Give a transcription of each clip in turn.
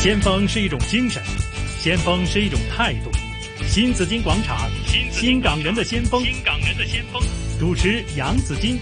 先锋是一种精神，先锋是一种态度。新紫金广场，新港人的先锋，新港人的先锋。主持杨紫金。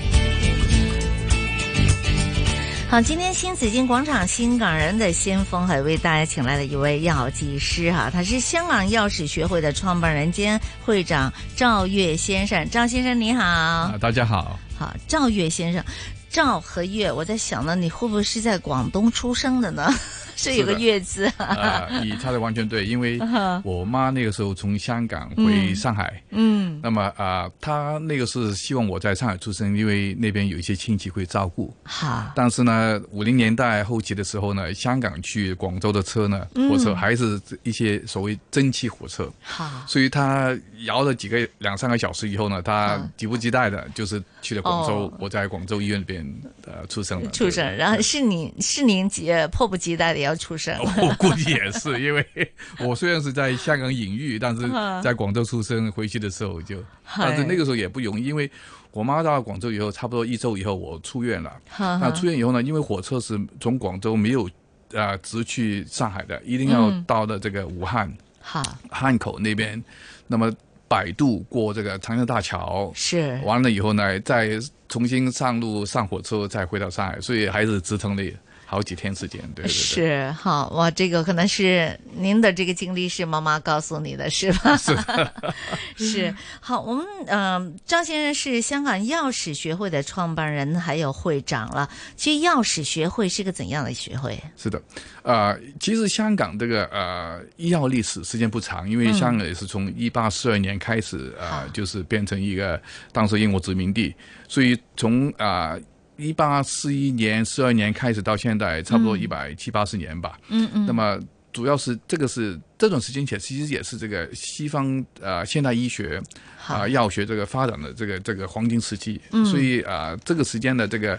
好，今天新紫金广场新港人的先锋还为大家请来了一位药剂师哈、他是香港药史学会的创办人兼会长赵月先生。赵先生你好，啊，大 家好，好，赵月先生，赵和月，我在想呢，你会不会是在广东出生的呢？ 是有个是的月字啊，啊，你猜的完全对，因为我妈那个时候从香港回上海，嗯那么啊、她那个是希望我在上海出生，因为那边有一些亲戚会照顾。好，但是呢，五零年代后期的时候呢，香港去广州的车呢，嗯火车还是一些所谓蒸汽火车，好，所以她摇了几个两三个小时以后呢，她嗯急不及待的，就是去了广州，哦我在广州医院里边呃出生的。出生，对然后是你是您急迫不及待的要出生， 我估计也是，因为我虽然是在香港隐喻，但是在广州出生，回去的时候就，但是那个时候也不容易，因为我妈到广州以后，差不多一周以后我出院了。哈哈，那出院以后呢，因为火车是从广州没有啊直去上海的，一定要到了这个武汉好汉口那边，那么摆渡过这个长江大桥，是完了以后呢，再重新上路上火车再回到上海，所以还是折腾了好几天时间。对对对。是好哇，这个可能是您的这个经历是妈妈告诉你的，是 吧？ 是好，我们嗯、呃张先生是香港药史学会的创办人，还有会长了。其实药史学会是个怎样的学会？啊是的，呃，其实香港这个呃医药历史时间不长，嗯因为香港也是从一八四二年开始，呃，就是变成一个当时英国殖民地，所以从啊一八四一年、四二年开始到现在，差不多一百七八十年吧。嗯嗯，那么主要是这个是这种时间点，其实也是这个西方呃现代医学啊、好，嗯药学这个发展的这个这个黄金时期，所以啊、呃这个时间的这个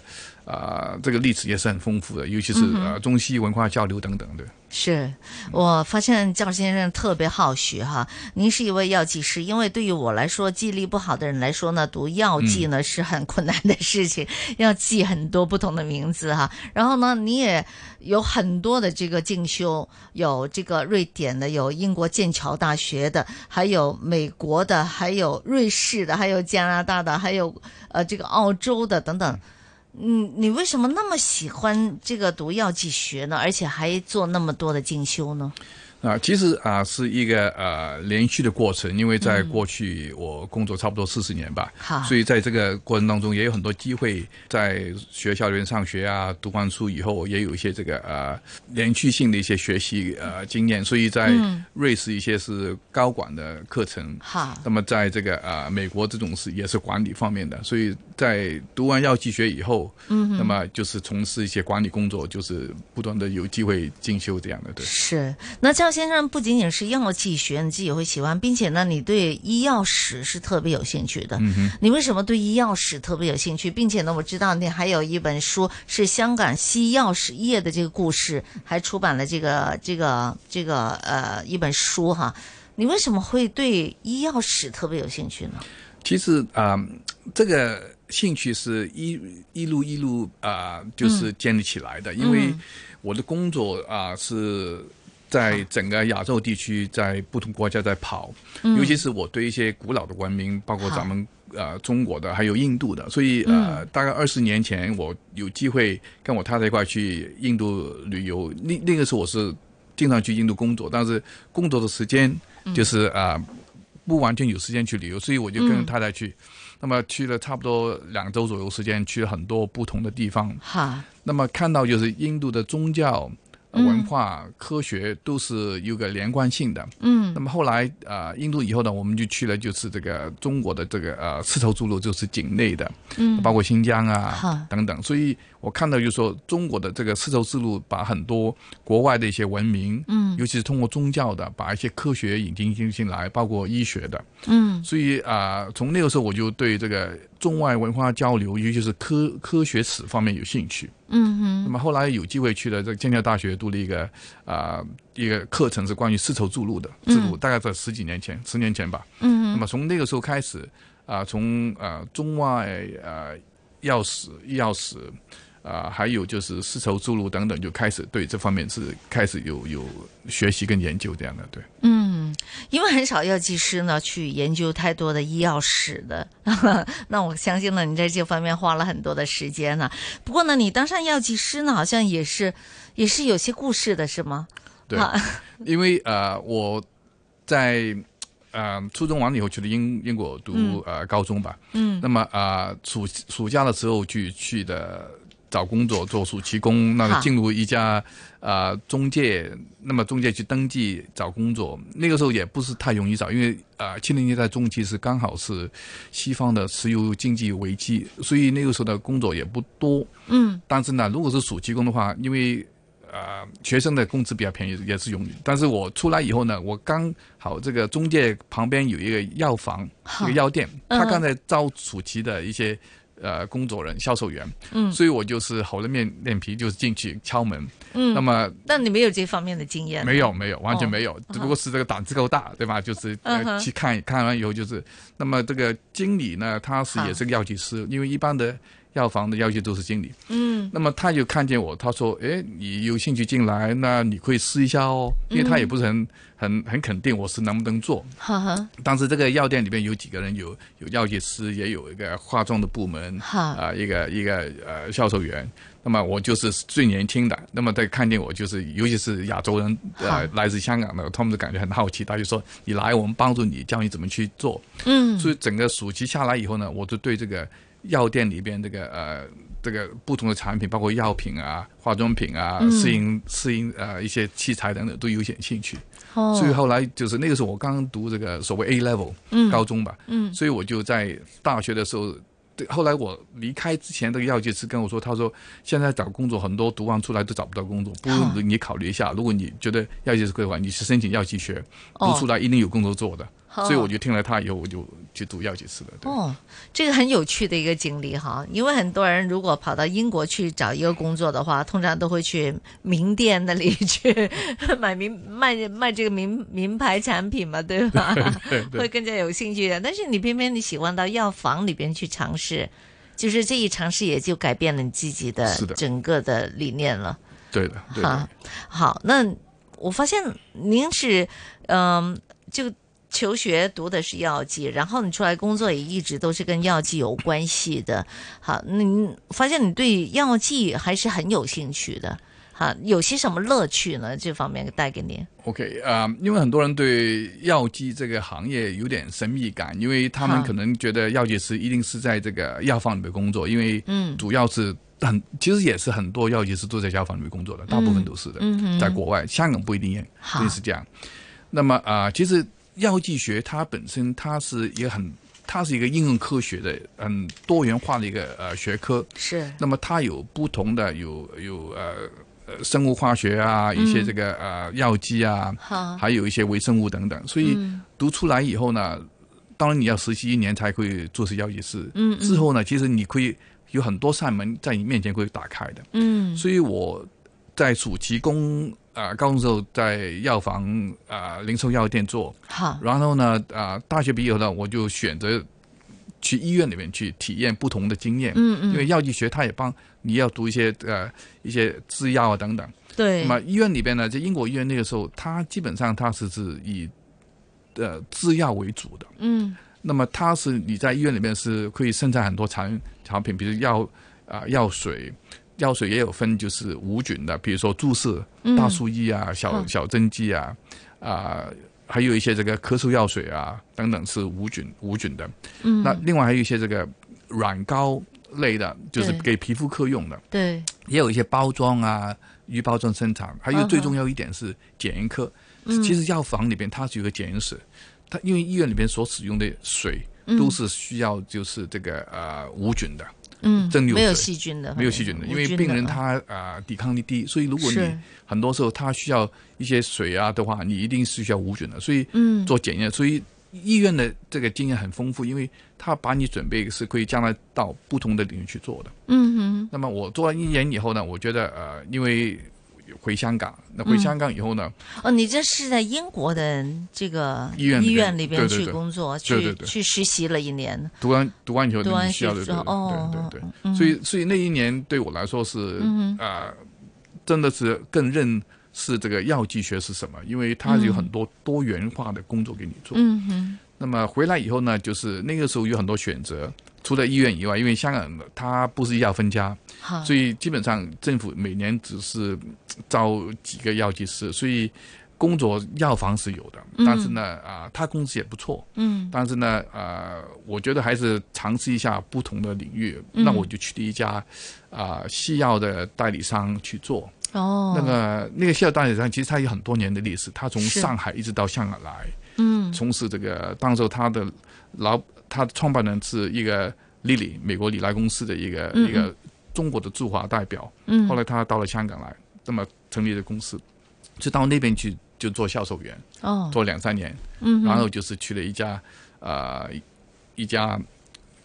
啊、呃这个历史也是很丰富的，尤其嗯是、呃中西文化交流等等的。是我发现赵先生特别好学哈。您是一位药剂师，因为对于我来说，记忆力不好的人来说呢，读药剂呢、是很困难的事情，要记很多不同的名字哈。然后呢，你也有很多的这个进修，有这个瑞典的，有英国剑桥大学的，还有美国的，还有瑞士的，还有加拿大的，还有呃这个澳洲的等等。嗯，你为什么那么喜欢这个读药剂学呢？而且还做那么多的进修呢？啊、其实啊、是一个呃连续的过程，因为在过去我工作差不多四十年吧，好所以在这个过程当中也有很多机会，在学校里面上学啊，读完书以后也有一些这个呃连续性的一些学习呃经验，所以在瑞士一些是高管的课程，嗯好，那么在这个呃美国这种是也是管理方面的，所以在读完药剂学以后，嗯，那么就是从事一些管理工作，就是不断的有机会进修这样的，对。是。那赵先生不仅仅是药剂学你自己会喜欢，并且呢，你对医药史是特别有兴趣的。嗯、你为什么对医药史特别有兴趣？并且呢，我知道你还有一本书是香港西药史业的这个故事，还出版了这个这个这个呃一本书哈。你为什么会对医药史特别有兴趣呢？其实啊、这个兴趣是一一路一路啊、就是建立起来的。因为我的工作啊、是在整个亚洲地区，在不同国家在跑，尤其是我对一些古老的文明，包括好咱们。呃，中国的还有印度的，所以呃，大概二十年前我有机会跟我太太一块去印度旅游，那那个时候我是经常去印度工作，但是工作的时间就是啊、呃不完全有时间去旅游，所以我就跟太太去。那么去了差不多两周左右时间，去了很多不同的地方。哈，那么看到就是印度的宗教、呃文化、科学都是有个连贯性的。嗯。那么后来啊、呃印度以后呢，我们就去了就是这个中国的这个呃丝绸之路，就是境内的，嗯，包括新疆好啊等等。所以我看到就是说中国的这个丝绸之路，把很多国外的一些文明，嗯，尤其是通过宗教的，把一些科学引进进进来，包括医学的，嗯，所以啊、从那个时候我就对这个中外文化交流，尤其是科科学史方面有兴趣。嗯哼。那么后来有机会去了这个剑桥大学读了一个啊、一个课程是关于丝绸之路的，之路大概在十几年前，十年前吧。嗯，那么从那个时候开呃始啊、从啊中外呃药史、医药史。啊、还有就是丝绸之路等等，就开始对这方面是开始有有学习跟研究这样的，对。因为很少药剂师呢去研究太多的医药史的， 那我相信呢你在这方面花了很多的时间呢。不过呢，你当上药剂师呢，好像也是也是有些故事的，是吗？对啊，因为呃，我在呃初中完了以后去了英英国读、呃高中吧，嗯，那么啊、呃、暑暑假的时候去去的找工作做暑期工，那好个进入一家呃中介，那么中介去登记找工作，那个时候也不是太容易找，因为呃七零年代中期是刚好是西方的石油经济危机，所以那个时候的工作也不多，嗯，但是呢，如果是暑期工的话，因为呃，学生的工资比较便宜，也是容易。但是我出来以后呢，我刚好这个中介旁边有一个药房，一个药店，嗯他刚才招暑期的一些呃工作人、销售员，嗯所以我就是厚着面脸皮就是进去敲门，嗯那么但你没有这方面的经验，啊没有没有，完全没有，只不嗯过是这个胆子够大，对吧？就是、嗯哼呃、去看看完以后，就是那么这个经理呢，他是好也是个药剂师，因为一般的药房的药剂都是经理，嗯，那么他就看见我，他说：“哎，你有兴趣进来，那你可以试一下哦。”因为他也不是很、很很肯定我是能不能做。哈哈，当时这个药店里面有几个人，有有药剂师，也有一个化妆的部门，哈啊、一个一个呃销售员。那么我就是最年轻的，那么他看见我就是，尤其是亚洲人，好呃，来自香港的，他们就感觉很好奇，他就说：“你来，我们帮助你，教你怎么去做。”嗯所以整个暑期下来以后呢，我就对这个药店里边这个呃这个不同的产品，包括药品啊、化妆品啊、嗯适应适应呃一些器材等等，都有点兴趣。哦所以后来就是那个时候我刚刚读这个所谓 A level、高中吧，嗯所以我就在大学的时候。对后来我离开之前，这个药剂师跟我说，他说现在找工作很多读完出来都找不到工作，不哦如你考虑一下，如果你觉得药剂师规划，你去申请药剂学，哦读出来一定有工作做的。哦所以我就听了他以后，我就去读药剂师了。对，哦，这个很有趣的一个经历哈，因为很多人如果跑到英国去找一个工作的话，通常都会去名店那里 去买名卖卖这个名名牌产品嘛，对吧？对对会更加有兴趣的。但是你偏偏你喜欢到药房里边去尝试，就是这一尝试也就改变了你自己的是的整个的理念了。对的，对哈的。，好，那我发现您是嗯、就求学读的是药剂，然后你出来工作也一直都是跟药剂有关系的。好，你发现你对药剂还是很有兴趣的。好，有些什么乐趣呢？这方面带给你 OK 啊、因为很多人对药剂这个行业有点神秘感，因为他们哈可能觉得药剂师一定是在这个药房里面工作，因为嗯主要是很，其实也是很多药剂师都在药房里面工作的，大部分都是的，嗯在国外，香港不一定也好一定是这样。那么啊、其实药剂学它本身它是一个很，它是一个应用科学的，很多元化的一个呃学科。是那么它有不同的有有呃呃生物化学啊，一些这个、呃药剂啊，嗯哈还有一些微生物等等。所以读出来以后呢，当然你要实习一年才会做是药剂师。嗯之后呢，其实你可以有很多扇门在你面前会打开的。嗯所以我在暑期工啊、呃高中时候在药房啊、呃零售药店做，好然后呢啊、呃大学毕业后呢，我就选择去医院里面去体验不同的经验。嗯因嗯为药剂学它也帮你要读一些呃一些制药啊等等。对那么医院里边呢，在英国医院那个时候，它基本上它是是以呃制药为主的。嗯那么它是你在医院里面是可以生产很多产产品，比如药啊、药水，药水也有分就是无菌的，比如说注射嗯大树液啊、小嗯小针剂啊啊。还有一些这个咳嗽药水啊等等是无菌无菌的，嗯那另外还有一些这个软膏类的，就是对给皮肤科用的，对也有一些包装啊、预包装生产，嗯还有哼最重要一点是检验科。嗯其实药房里边它是有个检验室，它因为医院里边所使用的水都是需要就是这个呃无菌的，嗯蒸馏没有水细菌的没有细菌的，无因为菌病人啊他啊、呃抵抗力低，所以如果你是很多时候他需要一些水啊的话，你一定是需要无菌的，所以嗯做检验，所以医院的这个经验很丰富，因为他把你准备是可以将来到不同的领域去做的。嗯哼那么我做完一年以后呢，我觉得呃，因为回香港。那嗯回香港以后呢，哦，你这是在英国的这个医院里里边对边对去对工作，对对去对去实习了一年。读完读完以后，读完你需要学的之对后哦嗯对对对对，所以所以那一年对我来说是呃，真的是更认识这个药剂学是什么，因为它有很多多元化的工作给你做。嗯哼，那么回来以后呢，就是那个时候有很多选择，除了医院以外，因为香港它不是医药分家，好，所以基本上政府每年只是嗯招几个药剂师，所以工作药房是有的，但是呢，啊、他工资也不错，嗯，但是呢，呃，我觉得还是尝试一下不同的领域，嗯那我就去了一家啊、西药的代理商去做。哦，那个那个西药代理商其实它有很多年的历史，它从是上海一直到香港来，嗯从事这个，当时候他的老他的创办人是一个 Lily，美国李来公司的一个、一个中国的驻华代表。嗯后来他到了香港来，那么成立了公司，就到那边去就做销售员，哦，做两三年，嗯然后就是去了一家呃一家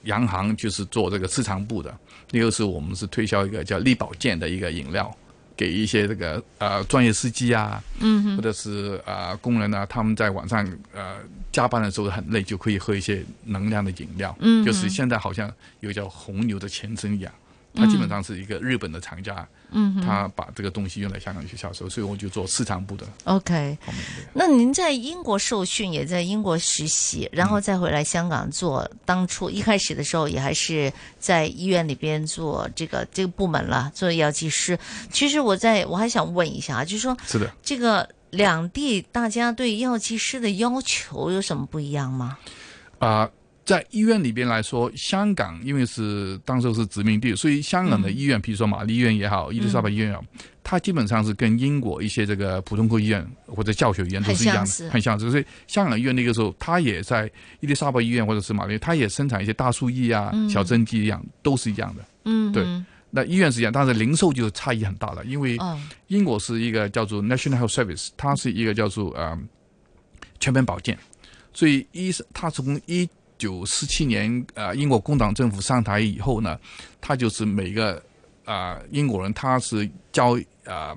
洋行，就是做这个市场部的。那个时候我们是推销一个叫力保健的一个饮料。给一些这个呃专业司机啊，嗯，或者是呃工人啊，他们在晚上呃加班的时候很累，就可以喝一些能量的饮料，嗯，就是现在好像有叫红牛的前身一样，它基本上是一个日本的厂家，嗯，他把这个东西用来香港去销售，所以我就做市场部的 OK。方面的。那您在英国受训，也在英国实习，然后再回来香港做。当初一开始的时候，也还是在医院里边做这个这个部门了，做药剂师。其实我在我还想问一下，啊就是说是的，这个两地大家对药剂师的要求有什么不一样吗？啊、在医院里边来说，香港因为是当时候是殖民地，所以香港的医院，比如说玛丽医院也好，伊丽莎白医院也好，它基本上是跟英国一些这个普通科医院或者教学医院都是一样很相的，似很相似。所以香港医院那个时候，它也在伊丽莎白医院或者是玛丽，它也生产一些大树液啊、小针剂一样，都是一样的。嗯，对那医院是一样，但是零售就差异很大了，因为哦，英国是一个叫做 National Health Service，它是一个叫做呃全民保健，所以医生他从一九四七年呃英国工党政府上台以后呢，他就是每个啊、呃英国人他是交啊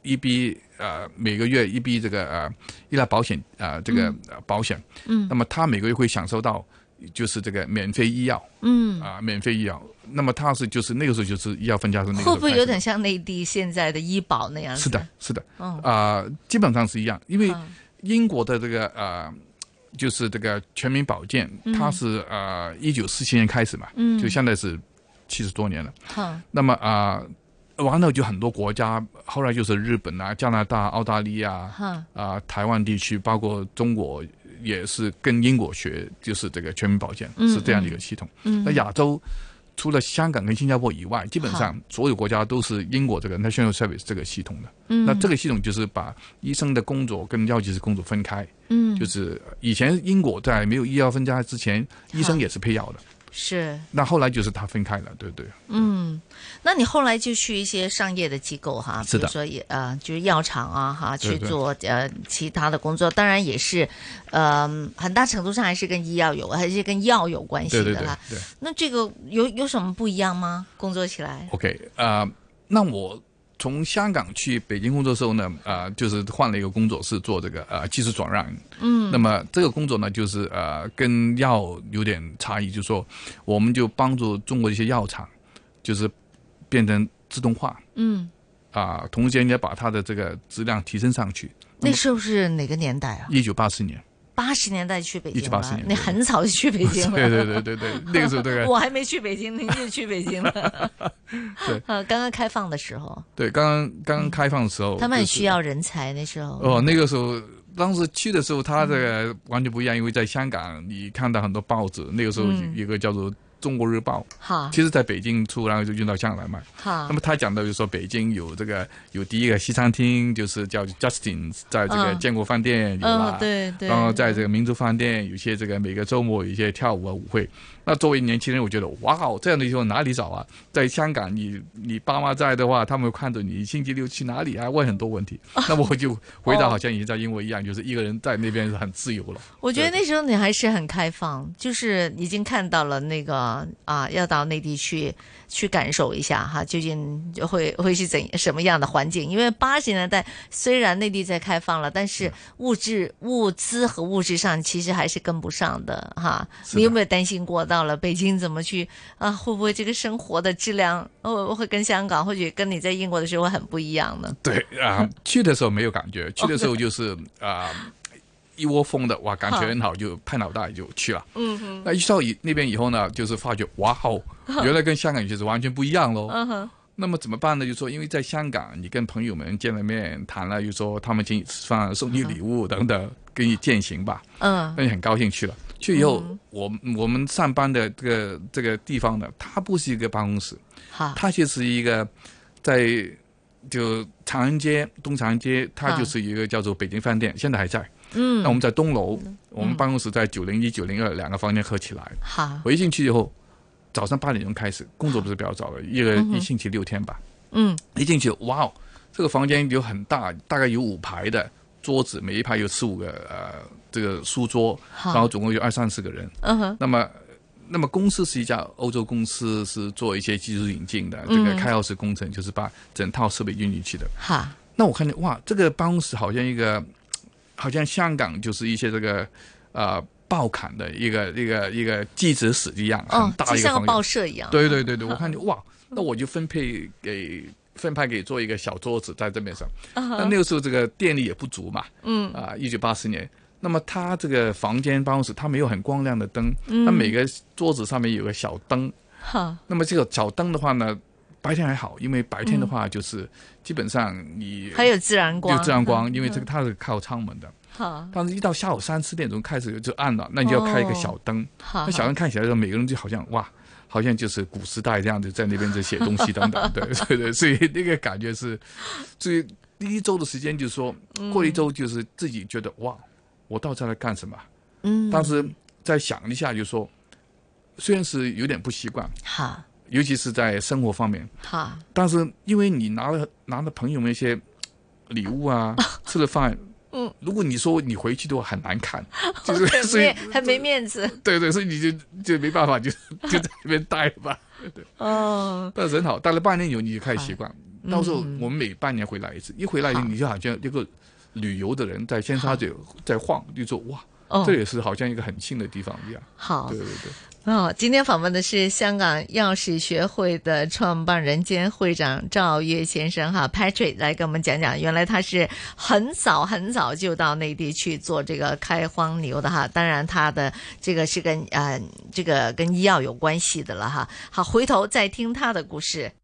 一笔呃每个月一笔这个呃医疗保险啊、呃这个呃保险，嗯，那么他每个月会享受到就是这个免费医药，嗯啊、免费医药，那么他是就是那个时候就是医药分家是那个时候会不会开始有点像内地现在的医保那样子？是的，，是的，嗯啊、基本上是一样，因为嗯英国的这个呃，就是这个全民保健，嗯它是呃一九四七年开始嘛，就现在是七十多年了。哈，那么啊、呃完了就很多国家，后来就是日本啊、加拿大、澳大利亚啊、哈，啊台湾地区，包括中国，也是跟英国学，就是这个全民保健是这样的一个系统。那亚洲。除了香港跟新加坡以外，基本上所有国家都是英国这个 National Service 这个系统的。嗯，那这个系统就是把医生的工作跟药剂师工作分开。嗯，就是以前英国在没有医药分家之前，医生也是配药的。是。那后来就是他分开了，对对。那你后来就去一些商业的机构哈，比是的如说也呃，就是药厂啊哈，对去对做呃其他的工作，当然也是，嗯、很大程度上还是跟医药有，还是跟药有关系对的对啦。对对。那这个有有什么不一样吗？工作起来， OK，呃，那我从香港去北京工作的时候呢，呃，就是换了一个工作，是做这个呃技术转让。嗯，那么这个工作呢，就是呃跟药有点差异，就是说我们就帮助中国的一些药厂，就是变成自动化。嗯，啊、同时间也把它的这个质量提升上去。那时候是哪个年代啊？一九八四年，八十年代去北京1980了年，你对很早就去北京了。 对对对对对，那个时候这个我还没去北京，您就去北京了。对， 哦呃，刚刚开放的时候，对刚刚刚刚开放的时候，他们很就是需要人才，那时候。哦，那个时候，当时去的时候，他这个完全不一样，因为在香港，你看到很多报纸，那个时候有嗯有个叫做《中国日报》，哈其实在北京出，然后就运到香港来卖。哈那 么他讲到就是说，北京有这个有第一个西餐厅，就是叫 Justin，在这个嗯建国饭店有嗯、啦，对对。然后在这个民族饭店，有些这个每个周末有一些跳舞啊舞会。那作为年轻人，我觉得哇哦，这样的地方哪里找啊？在香港你，你爸妈在的话，他们看着你星期六去哪里啊，问很多问题。那我就回答好像也在英国一样，就是一个人在那边是很自由了。我觉得那时候你还是很开放，就是已经看到了那个啊，要到内地去去感受一下哈，究竟会会是怎什么样的环境？因为八十年代虽然内地在开放了，但嗯是物质物资和物质上其实还是跟不上的哈。是的你有没有担心过到了北京怎么去啊？会不会这个生活的质量哦会跟香港或者跟你在英国的时候很不一样呢？对啊、去的时候没有感哦觉，去的时候就是啊、一窝蜂的哇，感觉很好，就拍脑袋就去了。嗯哼，那一到以那边以后呢，就是发觉哇 哦，原来跟香港就是完全不一样喽。嗯哼，那么怎么办呢？就说因为在香港，你跟朋友们见了面，谈了，又说他们请你吃饭、送你礼物等等，给你践行吧，嗯那你很高兴去了。去以后，我我们上班的这个这个地方呢，它不是一个办公室，好，它就是一个在就长安街、东长安街，它就是一个叫做北京饭店，现在还在。那我啊嗯，们在东楼，我们办公室在九零一、九零二两个房间合起来。好，我一进去以后，早上八点钟开始工作，不是比较早的，一个嗯哼一星期六天吧。嗯一进去，哇哦，这个房间有很大，大概有五排的桌子，每一排有四五个呃这个书桌，好，然后总共有二三十个人。嗯哼，那么，那么公司是一家欧洲公司，是做一些技术引进的，这个嗯开钥匙工程就是把整套设备运进去的。好。那我看见哇，这个办公室好像一个，好像香港就是一些这个呃报刊的一个一个一个记者室一样，很哦，大就一个像房个间报。社一样。对对对对，我看见哇，那我就分配给分派给做一个小桌子在这边上。那那个时候这个电力也不足嘛，嗯啊，一九八四年。那么它这个房间办公室，它没有很光亮的灯，那嗯每个桌子上面有个小灯。哈，那么这个小灯的话呢，白天还好，因为白天的话就是基本上你还有自然光，就自然光，因为这个它是靠舱门的。哈，但是，一到下午三四点钟开始就暗了，那你就要开一个小灯。哈那小灯看起来的时候，每个人就好像哇，好像就是古时代这样子，在那边在写东西等等，对 对对，所以那个感觉是，所以第一周的时间就是说，过了一周就是自己觉得哇，我到这来干什么？嗯，当时再想一下，就说，虽然是有点不习惯，哈尤其是在生活方面， 哈，但是因为你拿了拿了朋友们一些礼 物啊，吃了饭，嗯，如果你说你回去的话很难 看，就是很所以面很没面子对对，所以你就就没办法，就 就在那边待吧。 哦。但是很好，待了半年以后你就开始习惯。到时候我们每半年回来一次，一回来哎好你就好像一个旅游的人在尖沙咀在晃，就说哇，哦这，也是好像一个很新的地方一样。好对对对。哦，今天访问的是香港钥匙学会的创办人兼会长赵月先生哈，Patrick 来跟我们讲讲，原来他是很早很早就到内地去做这个开荒牛的哈，当然他的这个是跟呃这个跟医药有关系的了哈。好，回头再听他的故事。